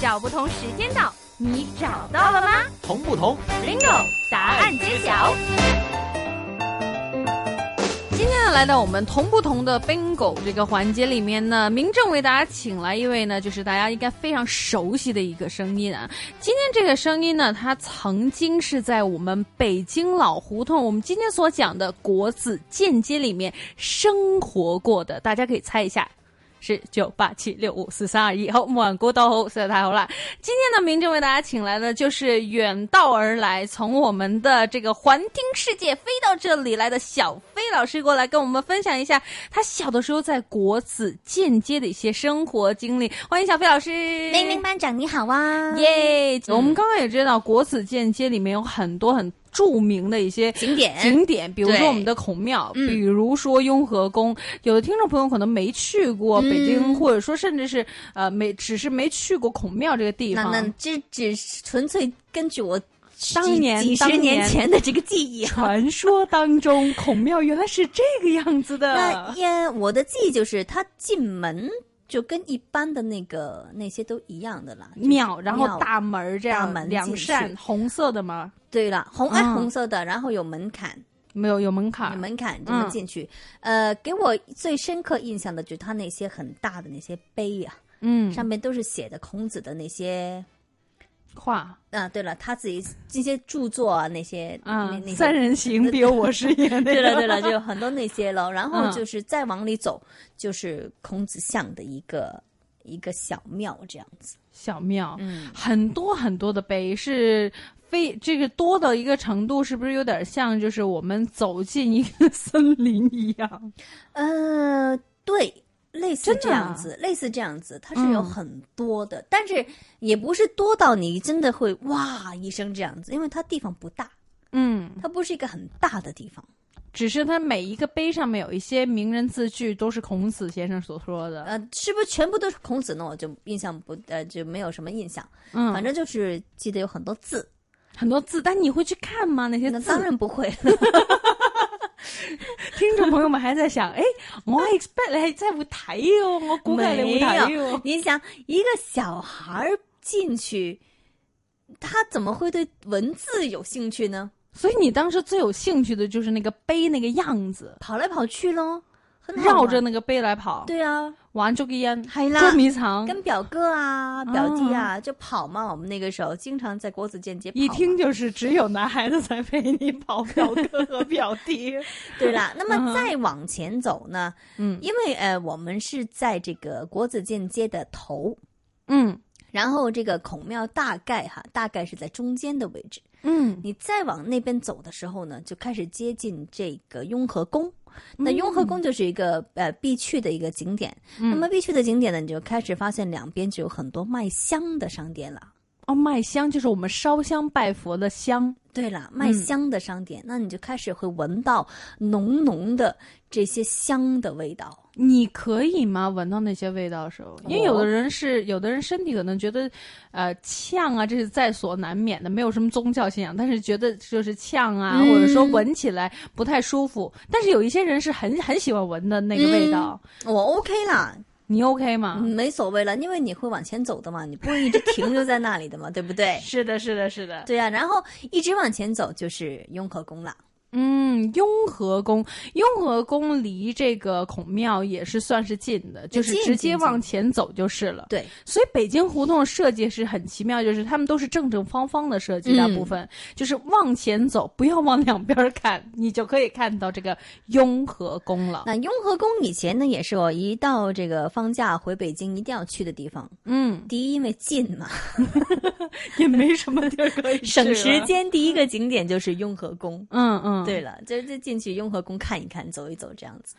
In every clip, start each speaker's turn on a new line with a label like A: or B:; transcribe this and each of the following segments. A: 找不同时间到，你找到了吗
B: 同不同？
A: ？Bingo，答案揭晓。
C: 今天呢，来到我们同不同的 bingo 这个环节里面呢，民政为大家请来一位呢，就是大家应该非常熟悉的一个声音啊。今天这个声音呢，它曾经是在我们北京老胡同，我们今天所讲的国子监街里面生活过的，大家可以猜一下。是九八七六五四三二一，好，晚过到后，实在太好了。今天呢，民政为大家请来的就是远道而来，从我们的这个环听世界飞到这里来的小飞老师过来跟我们分享一下他小的时候在国子监街的一些生活经历。欢迎小飞老师，
D: 玲玲班长你好啊！
C: 耶我们刚刚也知道，国子监街里面有很多很著名的一些
D: 景点
C: 景点，比如说
D: 对
C: 我们的孔庙，
D: 嗯
C: 比如说雍和宫。有的听众朋友可能没去过北京，
D: 嗯
C: 或者说甚至是呃没，只是没去过孔庙这个地
D: 那
C: 方。
D: 那这只是纯粹根据我几
C: 当年
D: 几
C: 当
D: 十年
C: 年
D: 前的这个记忆。
C: 传说当中，孔庙原来是这个样子
D: 那
C: 的。
D: 也我的记忆就是，它进门就跟一般的那个那些都一样的啦。
C: 庙，然后
D: 庙
C: 大门儿这样
D: 大门
C: 两
D: 进去
C: 扇红色的吗？
D: 对了，红哎、
C: 嗯
D: 红色的，然后有门槛，
C: 没有，有门
A: 啊
C: 槛
D: 有
C: 儿。
D: 门槛怎么进去？
A: 嗯
D: 呃，给我最深刻印象的就是它那些很大的那些碑呀、
C: 嗯，
D: 上面都是写的孔子的那些。
C: 画
D: 啊，对了，他自己这些著作啊，那些那
C: 啊
D: 那，些
C: 三人行必有我师焉。
D: 对
C: 对
D: 了对了，就有很多那些了。然后
C: 嗯
D: 就是再往里走，就是孔子像的一个一个小庙这样子。
C: 小庙，
D: 嗯，
C: 很多很多的碑是。非这个多的一个程度，是不是有点像就是我们走进一个森林一样？
D: 呃，对，类似
C: 真的
D: 这样
C: 啊
D: 子，类似这样子，它是有
C: 嗯
D: 很多的，但是也不是多到你真的会哇一声这样子，因为它地方不大，
C: 嗯，
D: 它不是一个很大的地方。
C: 只是它每一个碑上面有一些名人字句，都是孔子先生所说的。
D: 呃，是不是全部都是孔子呢？我就印象不呃就没有什么印象，
C: 嗯，
D: 反正就是记得有很多字，
C: 很多字，但你会去看吗？那些
D: 那
C: 字，
D: 当然不会了。
C: 听众朋友们还 在想，哎，我 expect 哎你在舞台哟，我估计你舞台
D: 没
C: 哟。
D: 你想一个小孩儿进去，他怎么会对文字有兴趣呢？
C: 所以你当时最有兴趣的就是那个碑那个样子，
D: 跑来跑去喽，很好玩
C: 绕着。那个碑来跑，
D: 对啊，
C: 玩捉个烟，
D: 海
C: 捉
D: 啦，
C: 迷藏，
D: 跟表哥啊、表弟啊就跑嘛。我们那个时候经常在国子监街跑嘛。
C: 一听就是只有男孩子才陪你跑表哥和表弟。
D: 对啦，那
C: 嗯
D: 么再往前走呢？
C: 嗯
D: 因为呃，我们是在这个国子监街的头，
C: 嗯
D: 然后这个孔庙大概哈，大概是在中间的位置。
C: 嗯，
D: 你再往那边走的时候呢，就开始接近这个雍和宫。那雍和宫就是一个、呃必去的一个景点。
C: 嗯
D: 那么必去的景点呢，你就开始发现两边就有很多卖香的商店了。
C: 哦，卖香就是我们烧香拜佛的香，
D: 对了，卖香的商店，那你就开始会闻到浓浓的这些香的味道。
C: 你可以吗？闻到那些味道的时候，因为有的人是，有的人身体可能觉得，呃，呛啊，这是在所难免的，没有什么宗教信仰，但是觉得就是呛啊，
D: 嗯
C: 或者说闻起来不太舒服。但是有一些人是很很喜欢闻的那个味道，
D: 我 OK 啦，嗯
C: 你 OK 吗？
D: 没所谓了，因为你会往前走的嘛，你不会一直停留在那里的嘛，对不对？
C: 是的，是的，是的。
D: 对呀、然后一直往前走就是雍和宫了。
C: 嗯，雍和宫，雍和宫离这个孔庙也是算是近的，就是
D: 近
C: 直接
D: 近
C: 往前走就是了。
D: 对，
C: 所以北京胡同设计是很奇妙，就是他们都是正正方方的设计，
D: 嗯
C: 大部分、就是往前走，不要往两边看，你就可以看到这个雍和宫了。
D: 那雍和宫以前呢，也是我一到这个放假回北京一定要去的地方。
C: 嗯，
D: 第一，因为近 嘛，
C: 也没什么地儿 可以去
D: 省
C: 了
D: 时。间。第一个景点就是雍和宫。
C: 嗯啊嗯，
D: 对了，就是进去雍和宫看一看，走一走这样子，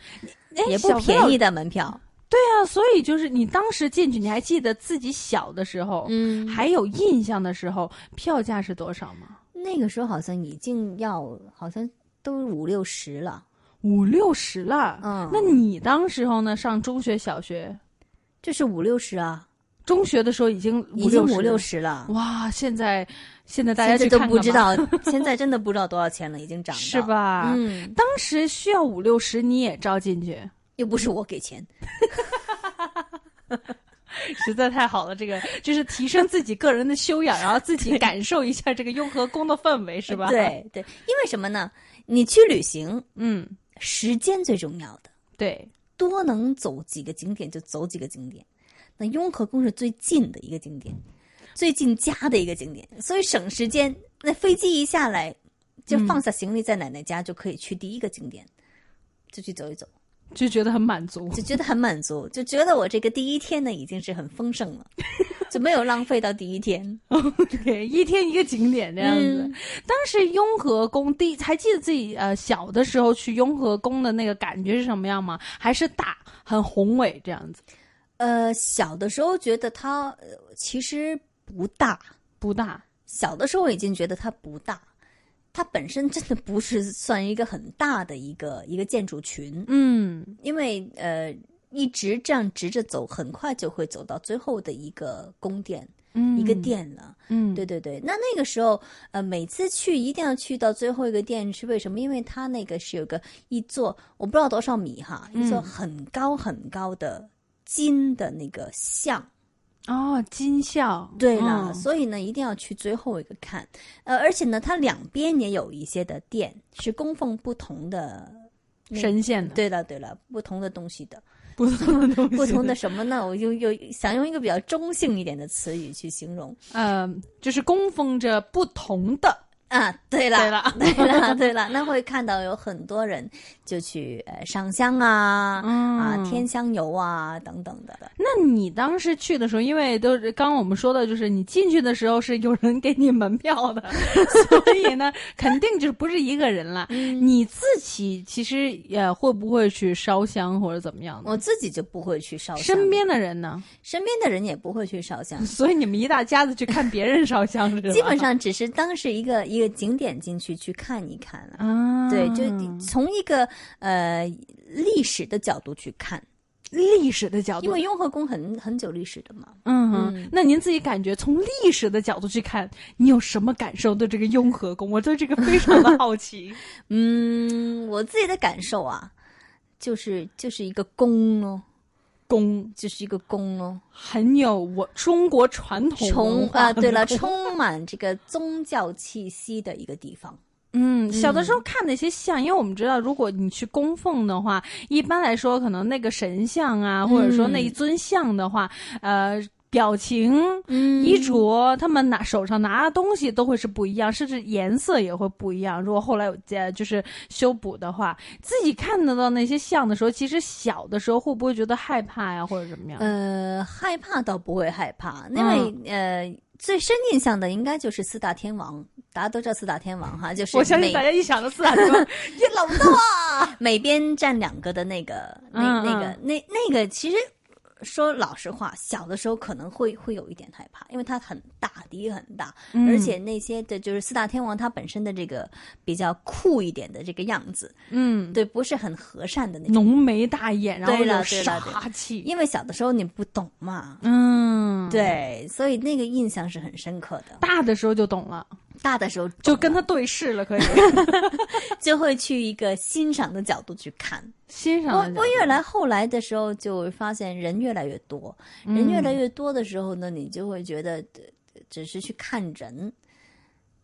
C: 哎，
D: 也不
C: 小朋友
D: 便宜的门票。
C: 对啊，所以就是你当时进去，你还记得自己小的时候，
D: 嗯，
C: 还有印象的时候，票价是多少吗？
D: 那个时候好像已经要，好像都五六十了。
C: 五六十了。
D: 嗯
C: 那你当时候呢？上中学、小学、
D: 就是五六十啊，
C: 中学的时候已经
D: 已经
C: 五
D: 五
C: 六
D: 六
C: 十。
D: 十了。
C: 哇，现在现在大家
D: 现在
C: 去
D: 都
C: 看看
D: 不知
C: 吧，
D: 道，现在真的不知道多少钱了，已经涨了，
C: 是？吧？
D: 嗯，
C: 当时需要五六十，你也招进去，
D: 又不是我给钱，
C: 实在太好了，这个就是提升自己个人的修养，然后自己感受一下这个雍和宫的氛围，是吧？，
D: 对对，因为什么呢？你去旅行，
C: 嗯，
D: 时间最重要的，
C: 对，
D: 多能走几个景点就走几个景点。那雍和宫是最近的一个景点，最近家的一个景点，所以省时间。那飞机一下来，就放下行李在奶奶家，就可以去第一个景点，就去走一走，
C: 就觉得很满足。
D: 就觉得很满足，就觉得我这个第一天呢已经是很丰盛 了，就没有浪费到第一天。
C: 对，一天一个景点这样子。
D: 嗯
C: 当时雍和宫第一还记得自己呃小的时候去雍和宫的那个感觉是什么样吗？还是大很宏伟这样子？
D: 呃，小的时候觉得它、呃、其实不大，
C: 不大，
D: 小的时候已经觉得它不大，它本身真的不是算一个很大的一个一个建筑群，
C: 嗯，
D: 因为呃一直这样直着走，很快就会走到最后的一个宫殿、
C: 嗯
D: 一个，殿了。
C: 嗯，
D: 对对对，那那个时候呃每次去一定要去到最后一个殿是为什么？因为它那个是有个一座我不知道多少米哈，一座
C: 嗯
D: 很高很高的金的那个像。
C: 哦，金像，
D: 对了，
C: 嗯
D: 所以呢，一定要去最后一个看。呃，而且呢，它两边也有一些的殿是供奉不同的。那
C: 神仙的，
D: 对了，对了，不同的东西的，
C: 不同的东西，
D: 不同的，什么 呢？我就又想用一个比较中性一点的词语去形容
C: 呃，就是供奉着不同的。
D: 啊。对了，
C: 对了
D: 对了，对了，那会看到有很多人就去呃上香啊、啊
C: 嗯
D: 添香油啊等等的。
C: 那你当时去的时候，因为都是刚刚我们说的，就是你进去的时候是有人给你门票的，所以呢，肯定就是不是一个人了。你自己其实也会不会去烧香或者怎么样的？
D: 我自己就不会去烧香，
C: 身边的人呢？
D: 身边的人也不会去烧香。
C: 所以你们一大家子去看别人烧香是吧？
D: 基本上只是当时一个一个景点进去去看一看了、
C: 啊，
D: 对，就从一个呃历史的角度去看，
C: 历史的角度，
D: 因为雍和宫很很久历史的嘛。
C: 嗯哼，那您自己感觉从历史的角度去看，你有什么感受？对这个雍和宫，我对这个非常的好奇。
D: 嗯，我自己的感受啊，就是就是一个宫咯，
C: 宫
D: 就是一个宫咯，
C: 很有我中国传统
D: 充
C: 文化
D: 啊，对了，
C: 的 宫
D: 充满这个宗教气息的一个地方。
C: 嗯，小的时候看那些像，因为我们知道，如果你去供奉的话，一般来说，可能那个神像啊，或者说那一尊像的话，呃。表情、
D: 嗯
C: 衣着，他们拿手上拿的东西都会是不一样，甚至颜色也会不一样。如果后来有呃，就是修补的话，自己看得到那些像的时候，其实小的时候会不会觉得害怕呀，或者怎么样？
D: 呃，害怕倒不会害怕，
C: 嗯
D: 因为、呃，最深印象的应该就是四大天王，大家都知道四大天王哈，就是
C: 我相信
D: 每
C: 大家一想到四 大天王，
D: 你老大、 啊，每边站两个的那个，那
C: 嗯
D: 那个那那个，其实说老实话，小的时候可能会会有一点害怕，因为它很大，第一很大，
C: 嗯
D: 而且那些的就是四大天王他本身的这个比较酷一点的这个样子，
C: 嗯，
D: 对，不是很和善的那种。
C: 浓眉大眼，然后
D: 对了
C: 有
D: 对了对了
C: 杀气。
D: 因为小的时候你不懂嘛，
C: 嗯，，
D: 对，所以那个印象是很深刻的。
C: 大的时候就懂了，
D: 大的时候
C: 就跟他对视 了，可以
D: 就会去一个欣赏的角度去看。
C: 欣赏
D: 我
C: 了。
D: 我越来后来的时候，就发现人越来越多，
C: 嗯
D: 人越来越多的时候呢，你就会觉得呃只是去看人，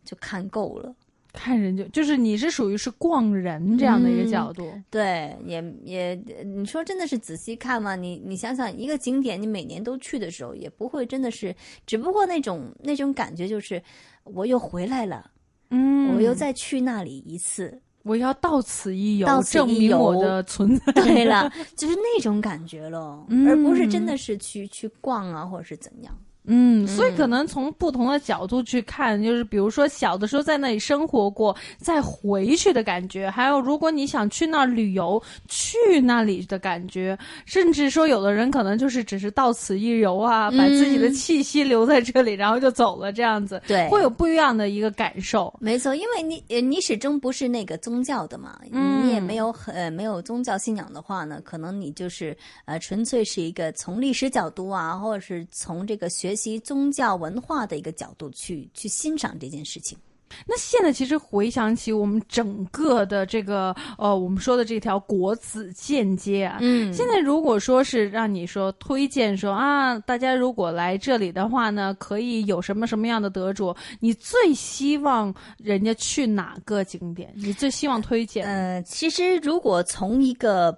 D: 就看够了。
C: 看人就就是你是属于是逛人这样的
D: 嗯
C: 一个角度，
D: 对，也也，你说真的是仔细看吗？你你想想，一个景点你每年都去的时候，也不会真的是，只不过那种那种感觉就是，我又回来了，
C: 嗯
D: 我又再去那里一次。
C: 我要到此一游，
D: 到此
C: 证
D: 一
C: 明
D: 游
C: 我的存 在。
D: 对了，就是那种感觉咯，
C: 嗯
D: 而不是真的是去去逛啊，或者是怎样。
C: 嗯，所以可能从不同的角度去看，就是比如说小的时候在那里生活过，再回去的感觉，还有如果你想去那儿旅游，去那里的感觉，甚至说有的人可能就是只是到此一游啊，把自己的气息留在这里，然后就走了这样子，
D: 对
C: 会有不一样的一个感受。
D: 没错，因为你呃你始终不是那个宗教的嘛，
C: 嗯
D: 你也没有很、呃、没有宗教信仰的话呢，可能你就是呃纯粹是一个从历史角度啊，或者是从这个学习宗教文化的一个角度去去欣赏这件事情。
C: 那现在其实回想起我们整个的这个呃，我们说的这条国子监街啊，
D: 嗯
C: 现在如果说是让你说推荐说啊，大家如果来这里的话呢，可以有什么什么样的得着？你最希望人家去哪个景点？你最希望推荐？
D: 呃，其实如果从一个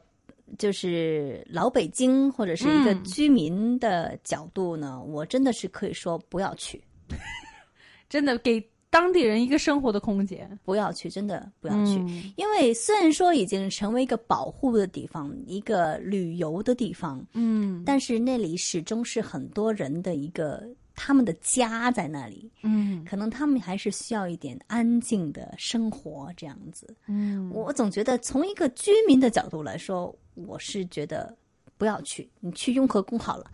D: 就是老北京或者是一个
C: 嗯
D: 居民的角度呢，我真的是可以说不要去，
C: 真的给当地人一个生活的空间，
D: 不要去，真的不
C: 不
D: 要去。因为虽然说已经成为一个保护的地方，一个旅游的地方，
C: 嗯
D: 但是那里始终是很多人的一个他们的家在那里，
C: 嗯
D: 可能他们还是需要一点安静的生活这样子。
C: 嗯，
D: 我总觉得从一个居民的角度来说，我是觉得不要去，你去雍和宫好了。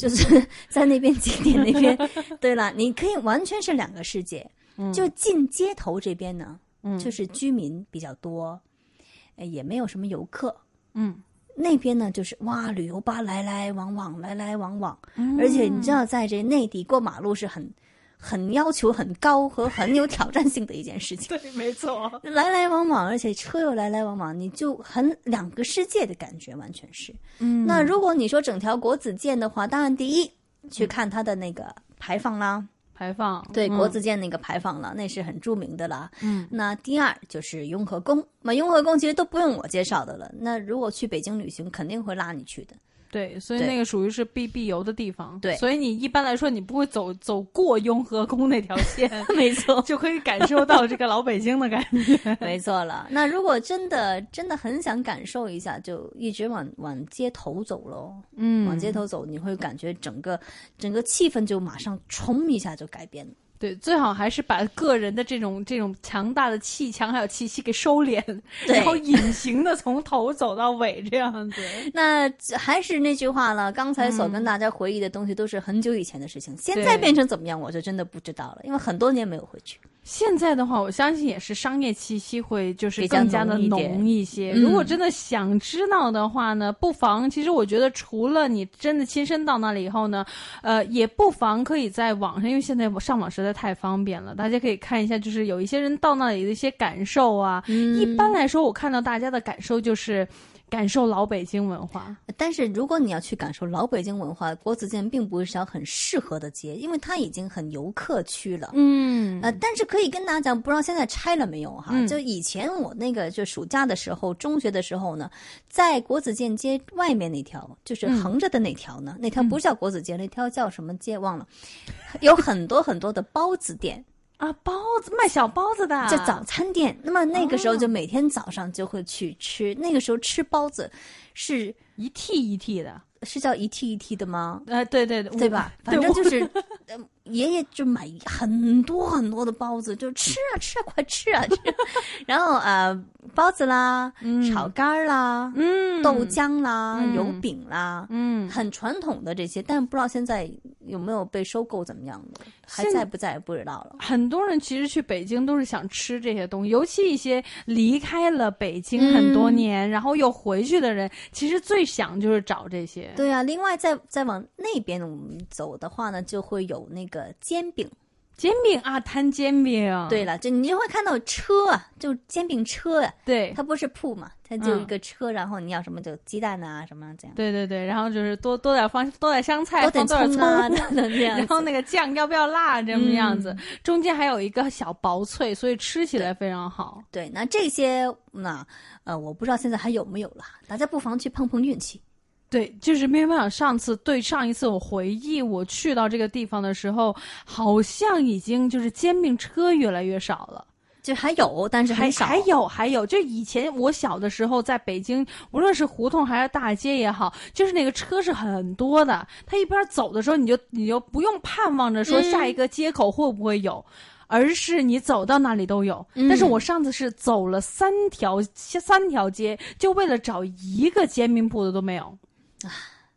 D: 就是在那边景点那 边，对了，你可以完全是两个世界。
C: 嗯
D: 就进街头这边呢，
C: 嗯
D: 就是居民比较多，呃也没有什么游客。
C: 嗯，
D: 那边呢，就是哇，旅游巴来来往往，来来往往。
C: 嗯
D: 而且你知道，在这内地过马路是很、很要求很高和很有挑战性的一件事情。
C: 对，没错，
D: 来来往往，而且车又来来往往，你就很两个世界的感觉，完全是。
C: 嗯
D: 那如果你说整条国子监的话，当然第一去看它的那个排放啦，
C: 排放
D: 对，
C: 嗯
D: 国子监那个排放啦，那是很著名的啦。
C: 嗯
D: 那第二就是雍和宫，那雍和宫其实都不用我介绍的了。那如果去北京旅行，肯定会拉你 去的。
C: 对，所以
D: 对
C: 那个属于是必必游的地方，
D: 对
C: 所以你一般来说你不会走走过雍和宫那条线，
D: 没错，
C: 就可以感受到这个老北京的感觉。
D: 没错了。那如果真的真的很想感受一下，就一直往往街头走喽。
C: 嗯
D: 往街头走，你会感觉整个整个气氛就马上冲一下就改变了。
C: 对，最好还是把个人的这种这种强大的气腔还有气息给收敛，
D: 对
C: 然后隐形的从头走到尾这样子。
D: 那这还是那句话了，刚才所跟大家回忆的东西都是很久以前的事情，现在
C: 嗯对
D: 变成怎么样，我就真的不知道了，因为很多年没有回去。
C: 现在的话，我相信也是商业气息会就是
D: 比较
C: 更加的
D: 浓一点
C: 浓一些。
D: 嗯
C: 如果真的想知道的话呢，不妨其实我觉得除了你真的亲身到那里以后呢，呃，也不妨可以在网上，因为现在上网实在太方便了，大家可以看一下，就是有一些人到那里的一些感受啊。
D: 嗯
C: 一般来说，我看到大家的感受就是感受老北京文化。
D: 但是如果你要去感受老北京文化，国子监并不是条很适合的街，因为它已经很游客区了。
C: 嗯
D: 呃，但是可以跟大家讲，不知道现在拆了没有哈？
C: 嗯
D: 就以前我那个就暑假的时候，中学的时候呢，在国子监街外面那条，就是
C: 嗯
D: 横着的那条呢，那条不是叫国子监，那条叫什么街忘了，有很多很多的包子 店，
C: 啊，包子卖小包子的，
D: 就早餐店。那么那个时候就每天早上就会去吃，那个时候吃包子是
C: 一屉一屉的。
D: 是叫一屉一屉的吗？
C: 呃，对对对
D: 对吧？反正就是，呃爷爷就买很多很多的包子，就吃啊吃啊，快吃啊吃啊。 然后呃，包子啦，炒肝儿啦，
C: 嗯，
D: 豆浆啦，
C: 嗯
D: 油饼啦。
C: 嗯，
D: 很传统的这些，但不知道现在有没有被收购，怎么样的，还
C: 现
D: 在不在不知道了。
C: 很多人其实去北京都是想吃这些东西，尤其一些离开了北
D: 嗯
C: 京很多年，然后又回去的人，其实最想就是找这些。
D: 对啊，另外再再往那边我们走的话呢，就会有那个煎饼。
C: 煎饼啊，摊煎饼。
D: 对了，就你就会看到车啊，就煎饼车啊，
C: 对
D: 它不是铺嘛，它就
C: 嗯
D: 一个车，然后你要什么就鸡蛋啊什么这样，
C: 对对对，然后就是多多点放多点香菜，
D: 多点
C: 放多点
D: 葱啊 等等这样 子。
C: 然后那个酱要不要辣，这么样子，中间还有一个小薄脆，所以吃起来非常好。
D: 对，那这些那呃，我不知道现在还有没有了，大家不妨去碰碰运气。
C: 对，就是没有办法。上次对上一次我回忆我去到这个地方的时候，好像已经就是煎饼车越来越少了。
D: 就还有，但是
C: 还
D: 很少。
C: 还有还有，就以前我小的时候，在北京，无论是胡同还是大街也好，就是那个车是很多的。他一边走的时候，你就你就不用盼望着说
D: 嗯
C: 下一个街口会不会有。而是你走到哪里都有，
D: 嗯
C: 但是我上次是走了三条三条街，就为了找一个煎饼铺的都没有，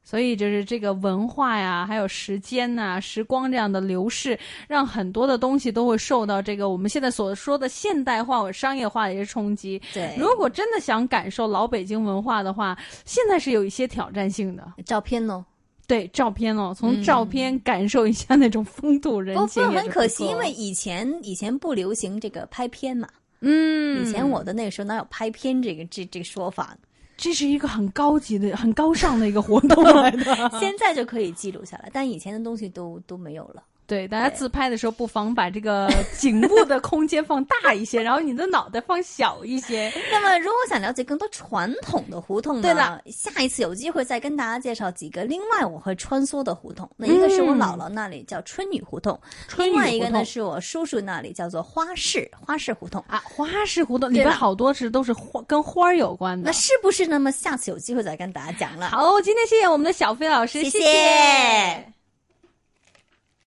C: 所以就是这个文化呀，还有时间呐、时光这样的流逝，让很多的东西都会受到这个我们现在所说的现代化或商业化的一些冲击。
D: 对，
C: 如果真的想感受老北京文化的话，现在是有一些挑战性的。
D: 照片喽，
C: 对照片哦，从照片感受一下那种风土人
D: 嗯不
C: 情
D: 过
C: 也是错，啊
D: 很可惜，因为以前以前不流行这个拍片嘛。
C: 嗯，
D: 以前我的那个时候哪有拍片这个这这个说法？
C: 这是一个很高级的、很高尚的一个活动来 的。
D: 现在就可以记录下来，但以前的东西都都没有了。
C: 对，大家自拍的时候不妨把这个颈部的空间放大一些，然后你的脑袋放小一些。
D: 那么，如果想了解更多传统的胡同呢？
C: 对了，
D: 下一次有机会再跟大家介绍几个另外我会穿梭的胡同。那一个是我姥姥那里叫春雨胡同，
C: 嗯春雨
D: 另外一个
C: 胡同
D: 呢是我叔叔那里叫做花市花市胡同。
C: 啊，花式胡同里
D: 对
C: 边
D: 了
C: 好多是都是花跟花儿有关的
D: 那。是不
C: 哦
D: 是？那么下次有机会再跟大家讲了。
C: 好，今天谢谢我们的小飞老师，
D: 谢
C: 谢
D: 谢